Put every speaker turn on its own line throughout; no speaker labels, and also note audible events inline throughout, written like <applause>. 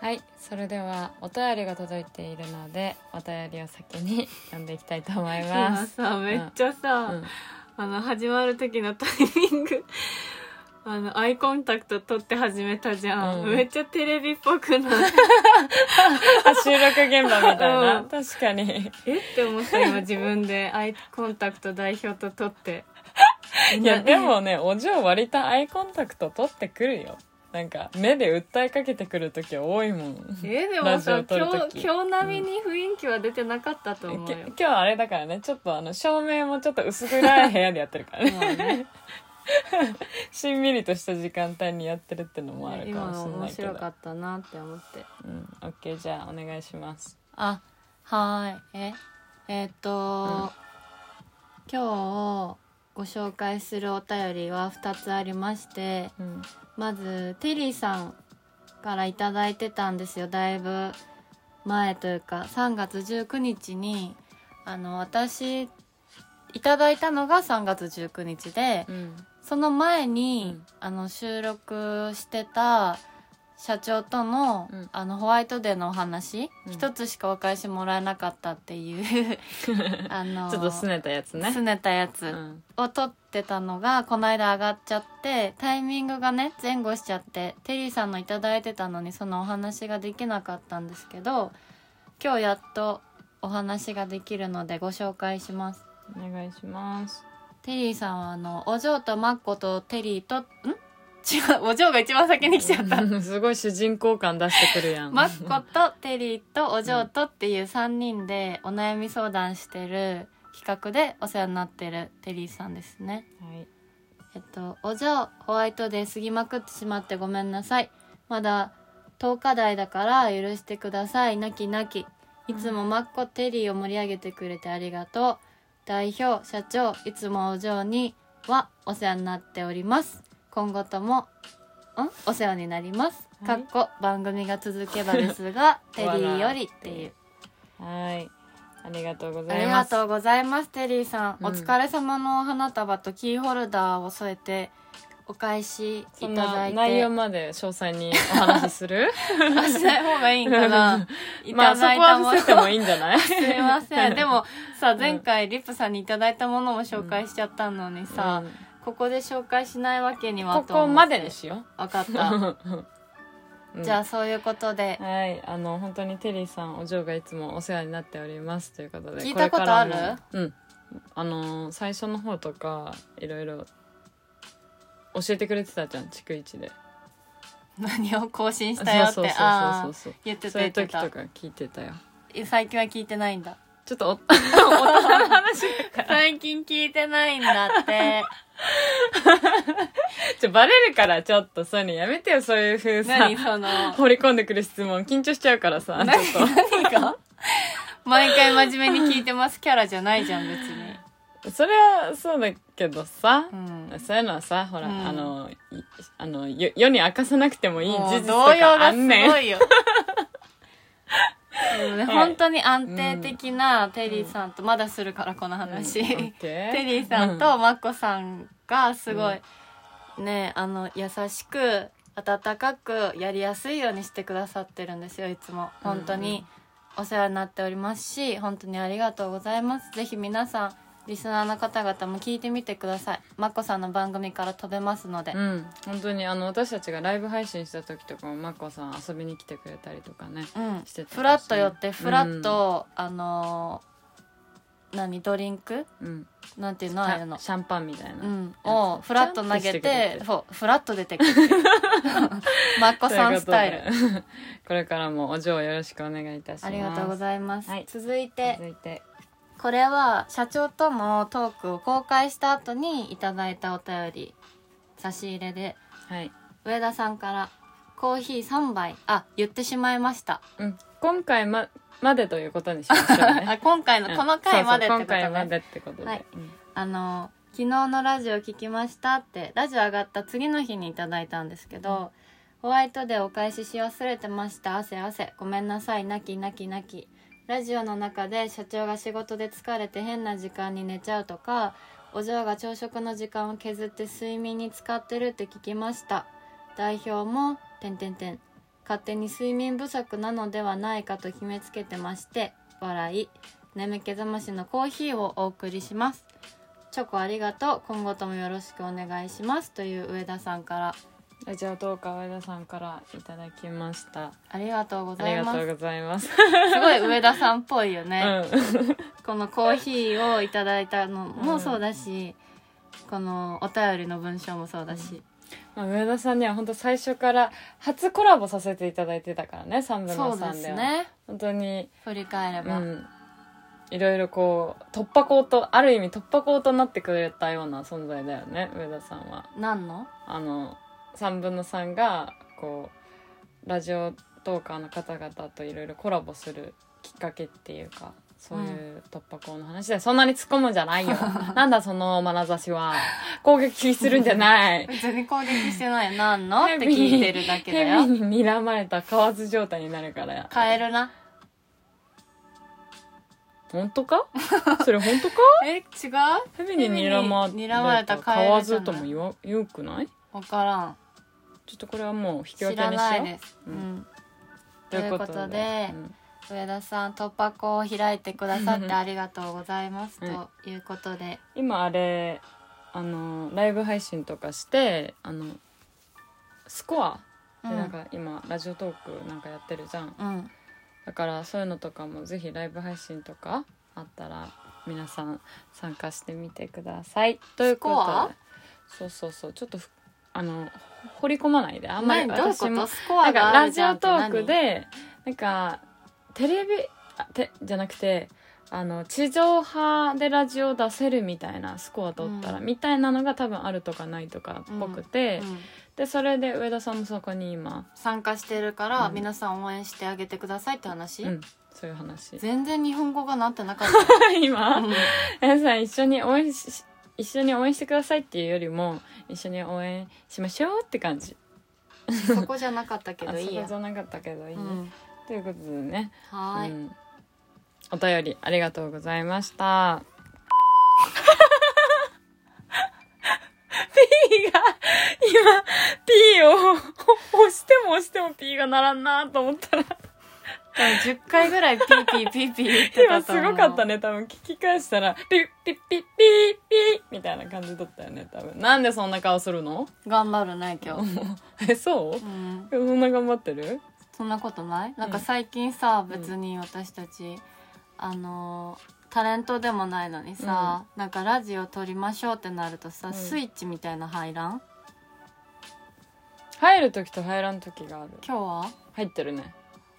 はいそれではお便りが届いているのでお便りを先に <laughs> 読んでいきたいと思いま
今
す、
さめっちゃ
う
さ、
ん、
あの始まる時のタイミング <laughs> あのアイコンタクト取って始めたじゃん、
うん
めっちゃテレビっぽくない
あ収録現場みたいな、
うん
確か <laughs> に
えって思った今自分で <laughs> アイコンタクト代表と取って
いやでもねお嬢割とアイコンタクト取ってくるよなんか目で訴えかけてくる時多いもん
えで
ラ
も
ジオ
さ
撮る
今
時
日今日並みに雰囲気は出てなかったと思う
き
よ、
今日はあれだからねちょっとあの照明もちょっと薄暗い部屋でやってる <laughs> からね
まあね
しんみりとした時間帯にやってるってのもあるか
<laughs> 今
も
の
しれな
面
いけど
白かったなって思って
うん、オッケーじゃあお願いします
あはーいええーっと、今日ご紹介するお便りは2つありまして
うん <laughs>
まずテリーさんから頂いただいてたんですよだいぶ前というか3月19日にあの私いただいたのが3月19日で
うん
その前に、
うん
あの収録してた社長との,、
うん
あのホワイトデーのお話
うん
一、つしかお返しもらえなかったっていう
<laughs>
あの
ちょっとすねたやつね
拗ねたやつ、
うん
を撮ってたのがこの間上がっちゃってタイミングがね前後しちゃってテリーさんの頂いただいてたのにそのお話ができなかったんですけど今日やっとお話ができるのでご紹介します
お願いします
テリーさんはあのお嬢とマッコとテリーとん違うお嬢が一番先に来ちゃった
すごい主人公感出してくるやん
マッコとテリーとお嬢とっていう3人でお悩み相談してる企画でお世話になってるテリーさんですね
はい
えっと、お嬢、ホワイトデー過ぎまくってしまってごめんなさい。まだ10日台だから許してください。なきなき。いつもマッコテリーを盛り上げてくれてありがとう。代表、社長、いつもお嬢にはお世話になっております。今後とも、んお世話になります。
は
か
い
っこ、番組が続けばですが、テリーよりっていう。
はいありがとうご
あ
ざ
り
い
が
ます
とうございますテリーさん、
うん
お疲れ様のお花束とキーホルダーを添えてお返しい
そ
た
ん
だ
ない
て
内容まで詳細にお話しす <laughs> る
あしない方がいいんかない
まあ
た
そこ
だいた
は
も
伏
の
せて <laughs> もいいんじゃない
すいませんでもさ
ん
前回リップさんにいただいたものも紹介しちゃったのにさ、
うん
ここで紹介しないわけには
こと
思
こまでにしよ
分かっ
う、
た、
<laughs> うん
じゃあそういうことで、
はい、あの本当にテリーさんお嬢がいつもお世話になっておりますということで
聞いたことある
れからもうんあのー最初の方とかいろいろ教えてくれてたじゃん逐一で
何を更新したよって
そうそ
あ
うそう
あ
そうそう
言ってた
そうい
言っ
う
て
時
た
とか聞いてたよ
最近は聞いてないんだ
ち <laughs> ょっとおお父の話が
最近聞いてないんだって
ちょバレるからちょっとそういうのやめてよそういう風さ
何その
放り込んでくる質問緊張しちゃうからさちょ
何
っ
何が毎回真面目に聞いて
<laughs>
ますキャラじゃないじゃん別に、
とそれはそうだけどさ、
うん、
そういうのはさほら、
うん
あのいあのよ世に明かさなくてもいい
もう
事実と
動揺
かあ
がす
んねん
ごいよでもね、
はい
本当に安定的なテリーさんと、まだするからこの話、
うん
テ
OK
リーさんとマッコさんがすごい、ねあの優しく温かくやりやすいようにしてくださってるんですよいつも本当にお世話になっておりますし本当にありがとうございますぜひ皆さんリスナーの方々も聞いてみてくださいマッコさんの番組から飛べますので、
うん本当にあの私たちがライブ配信した時とかもまこさん遊びに来てくれたりとかね
うん
してたしね
フラッと寄ってフラッと、あのー何ドリンク
うん
なんていうのああいうの
シャンパンみたいな、
うんをフラッと投
ちゃんとし
げ
てくれ
て
て
そうフラッと出て
<laughs>
くるっていうマッコさんスタイル
ということで <laughs> これからもお嬢よろしくお願いいたします
ありがとうございます、
はい
続いて
続いて
これは社長とのトークを公開した後にいただいたお便り差し入れで
はい、
上田さんから「コーヒー3杯」あ言ってしまいました、
うん、今回ままでということにしましょうね
あ今回の <laughs> この回までって
そ
こと
うそう今回ま
ね
でってことで、
はい
うん
あの昨日のラジオ聞きましたってラジオ上がった次の日にいただいたんですけど、ホワイトデーお返しし忘れてました汗汗ごめんなさい泣き泣き泣きラジオの中で社長が仕事で疲れて変な時間に寝ちゃうとかお嬢が朝食の時間を削って睡眠に使ってるって聞きました代表も「てんてんてん」勝手に睡眠不足なのではないかと決めつけてまして笑い眠気覚ましのコーヒーをお送りしますチョコありがとう今後ともよろしくお願いしますという上田さんから
ラジオトーカー上田さんからいただきました
ありがとうご
あ
ざ
り
い
が
ます
とうございます
すごい上田さんっぽいよ
う
ね、
ん
このコーヒーをいただいたのもそうだし、このお便りの文章もそうだし、
まあ、上田さんには本当最初から初コラボさせていただいてたからね三部
そ
門
う
さ
です
んでは
ね
本当に、
振り返れ
う
ば、
ん、いろいろこう突破口とある意味突破口となってくれたような存在だよね上田さんは。
何の
あの3分の3がこうラジオトーカーの方々といろいろコラボするきっかけっていうかそういう突破口の話で、そんなに突っ込むんじ
<laughs>
ゃないよなんだその眼差しは攻撃するんじゃ
<laughs>
ない
別に攻撃してないよ何のって聞いてるだけだ
蛇
よ
に睨まれた河津状態になるから
変えるな
本
<laughs>
当かそれ本当か
え違う
蛇に睨ま
蛇に睨まれたカエルじゃない
河津とも言わ言うくない
分からん
ちょっとこれはもう引き分
知
け
ら
にし
ない
よう
です、
う
うんん
ということで
ということで
うん
上田さん突破口を開いてくださってありがとうございます、ということで
今あれあのライブ配信とかしてあのスコアで
うん
なんか今、ラジオトークなんかやってるじゃん
うん
だからそういうのとかもぜひライブ配信とかあったら皆さん参加してみてくださいということで
スコア
そうそうそうちょっとふあの掘り込まないであんまり
何どういう
私
こ
も
とスコ
な
ア
んか
があ
ラ
る
ジ
じゃ
オ
ん
トークでなんかテレビあてじゃなくてあの地上波でラジオ出せるみたいなスコア取ったら、
うん
みたいなのが多分あるとかないとかっぽくて、
何うん
でそれで上田さんもそこに今、
参加してるから、
うん
皆さん応援してあげてくださいって話、
うん、そうい
<laughs>
う話
全然日本語がなってなかっ <laughs>
今 <laughs>
た、うん
皆さん一緒に応援し一緒に応援してくださいっていうよりも一緒に応援しましょうって感じ
そこじゃなかったけ
あ
どいい
それ
や
じゃなかったけどいいね、
うん
ということでね
はーい、
うん、お便りありがとうございました。P が、今、P を押しても押しても P がならんなと思ったら、
多分10回ぐらいピーピーピーピー言ってた
今
と
す
思う
ごかったね、多分聞き返したら、ピッピッピッピッピッみたいな感じだったよね、多分。なんでそんな顔するの <laughs>
頑張るね今日、
え、そ
う
う
ん、
そんな頑張ってる
そんなことないなんか最近さ、別に私たちあのータレントでもないのにさ、なんかラジオ撮りましょうってなるとさ、
うん
スイッチみたいな入らん
入る時と入らん時がある。
今日は
入ってるね。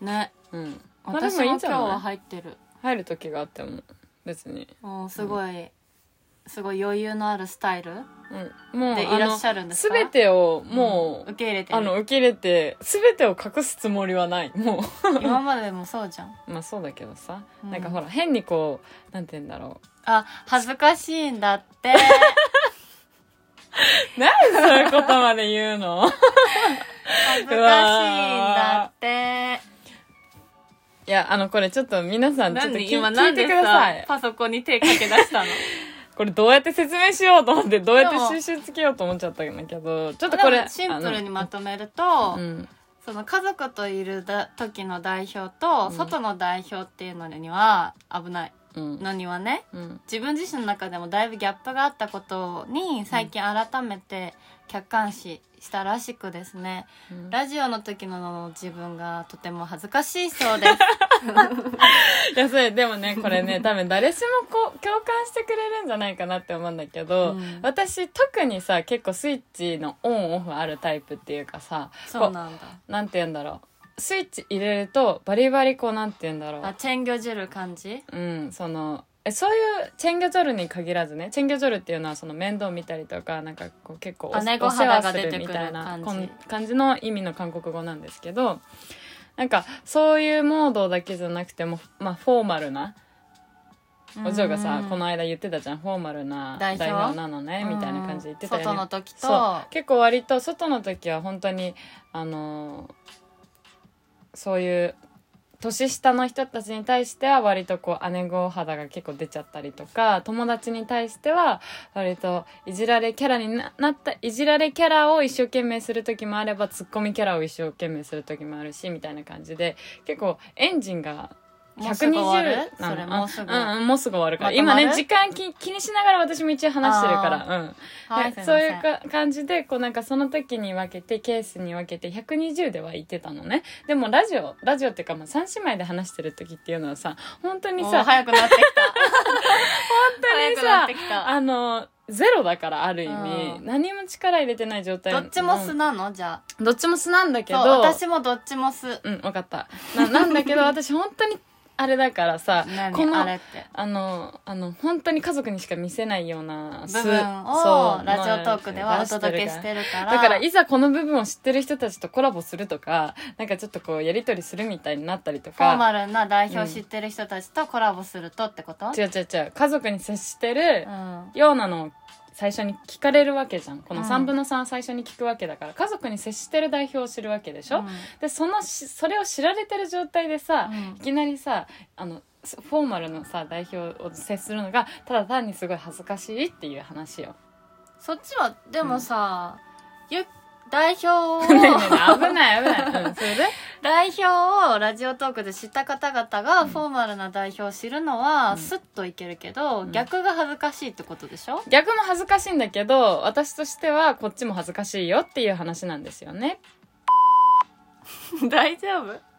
ね
うん。まあで
私
も
も
いい
今
んじ
日
ゃない
は入ってる
入る時があっても、別に。
もうすごい、すごい余裕のあるスタイル
うん、もう
でいらっしゃるんですか
あの全てをもう、
受け入れて
あ
<laughs>
の
る
受け入れて全てを隠すつもりはない <laughs> も
今までもそうじゃん
うまあそうだけどさ、
うん
なんかほら変にこうなんて言うんだろ
あ恥ずかしいんだって
<laughs> うなんでそういうことまで言うの <laughs>
恥ずかしいんだって
いやあのこれちょっと皆さんちょっと聞聞いてください
パソコンに手かけ出したの
これどうやって説明しようと思ってどうやって
でも
収集つけようと思っちゃったんだけどちょっとこ
で
れ
もシンプルにま
あ
とめる
の
と、
うん
その家族といるだ時の代表と、
うん
外の代表っていうのには危ない
うん
のにはね
うん
自分自身の中でもだいぶギャップがあったことに最近改めて客観視したらしくですね、
うん
ラジオの時の自分がとても恥ずかしいそうで
<laughs> いやそれでもねこれね多分誰しもこう共感してくれるんじゃないかなって思うんだけど、
うん
私特にさ結構スイッチのオンオフあるタイプっていうかさ
すそうなんだ
なんて言うんだろうスイッチ入れるとバリバリこうなんて言うんだろ
あ
う
チェンギョジュル感じ
うんそのえそういうチェンギョジョルに限らずねチェンギョジョルっていうのはその面倒見たりとかなんかこう結構お
あ猫
お世話
肌が
す
出てく
る
る
みたいなこ
感
ん
じ
感じの意味の韓国語なんですけどなんかそういうモードだけじゃなくてもまあフォーマルなお嬢がさ、
うん
この間言ってたじゃんフォーマルな代
代表
表なのねみたいな感じで言ってたよね
うん外の時と
そう結構割と外の時は本当にあのーそういう年下の人たちに対しては割とこう姉御肌が結構出ちゃったりとか友達に対しては割といじられキャラにななったいじられキャラを一生懸命する時もあればツッコミキャラを一生懸命する時もあるしみたいな感じで結構エンジンが
もうすぐ終わる
120なの
それもうすぐ
うんうん、もうすぐ終わるから
まとま
今
る
ね時間き気にしながら私も一応話してるからうん
はい、ませ
です
ん
そういうか感じでこうなんかその時に分けてケースに分けて120では言ってたのねでもラジオラジオっていうかまあ3姉妹で話してる時っていうのはさ本当に
もう
さ本
早くなってきた <laughs> 本早く
当に
な
さ
ってきた
あのゼロだからある意味、
うん
何も力入れてない状態
どっちも素
うん
なのじゃあ
どっちも素なんだけ
そう
ど
私もどっちも素
うん分かったななんだけど私本当にあれだからさ
何
この
あれって
あの、あの、本当に家族にしか見せないような
部
素
分
そ
を
う
ラジオトークではお届けしてるから
だからいざこの部分を知ってる人たちとコラボするとかなんかちょっとこうやり取りするみたいになったりと
フォー
か
マルな代表知ってる人たちとコラボするとってこと、うん
違う違う違う家族に接してるようなのを最初に聞かれるわけじゃんこの
うん
3分の3を最初に聞くわけだから家族に接してる代表を知るわけでしょ、
うん
でそのしそれを知られてる状態でさ、
うん
いきなりさあのフォーマルのさ代表を接するのがただ単にすごい恥ずかしいっていう
<laughs>
話よ。
そっちはでもさ、ゆ代表 <laughs> を
ねえねえねえ危ない危ない。うん、それで
代表をラジオトークで知った方々がフォーマルな代表を知るの
う
は
ん
スッといけるけど、
うん
逆が恥ずかしいってことでしょ、
逆も恥ずかしいんだけど私としてはこっちも恥ずかしいよっていう話なんですよね
<laughs> 大丈夫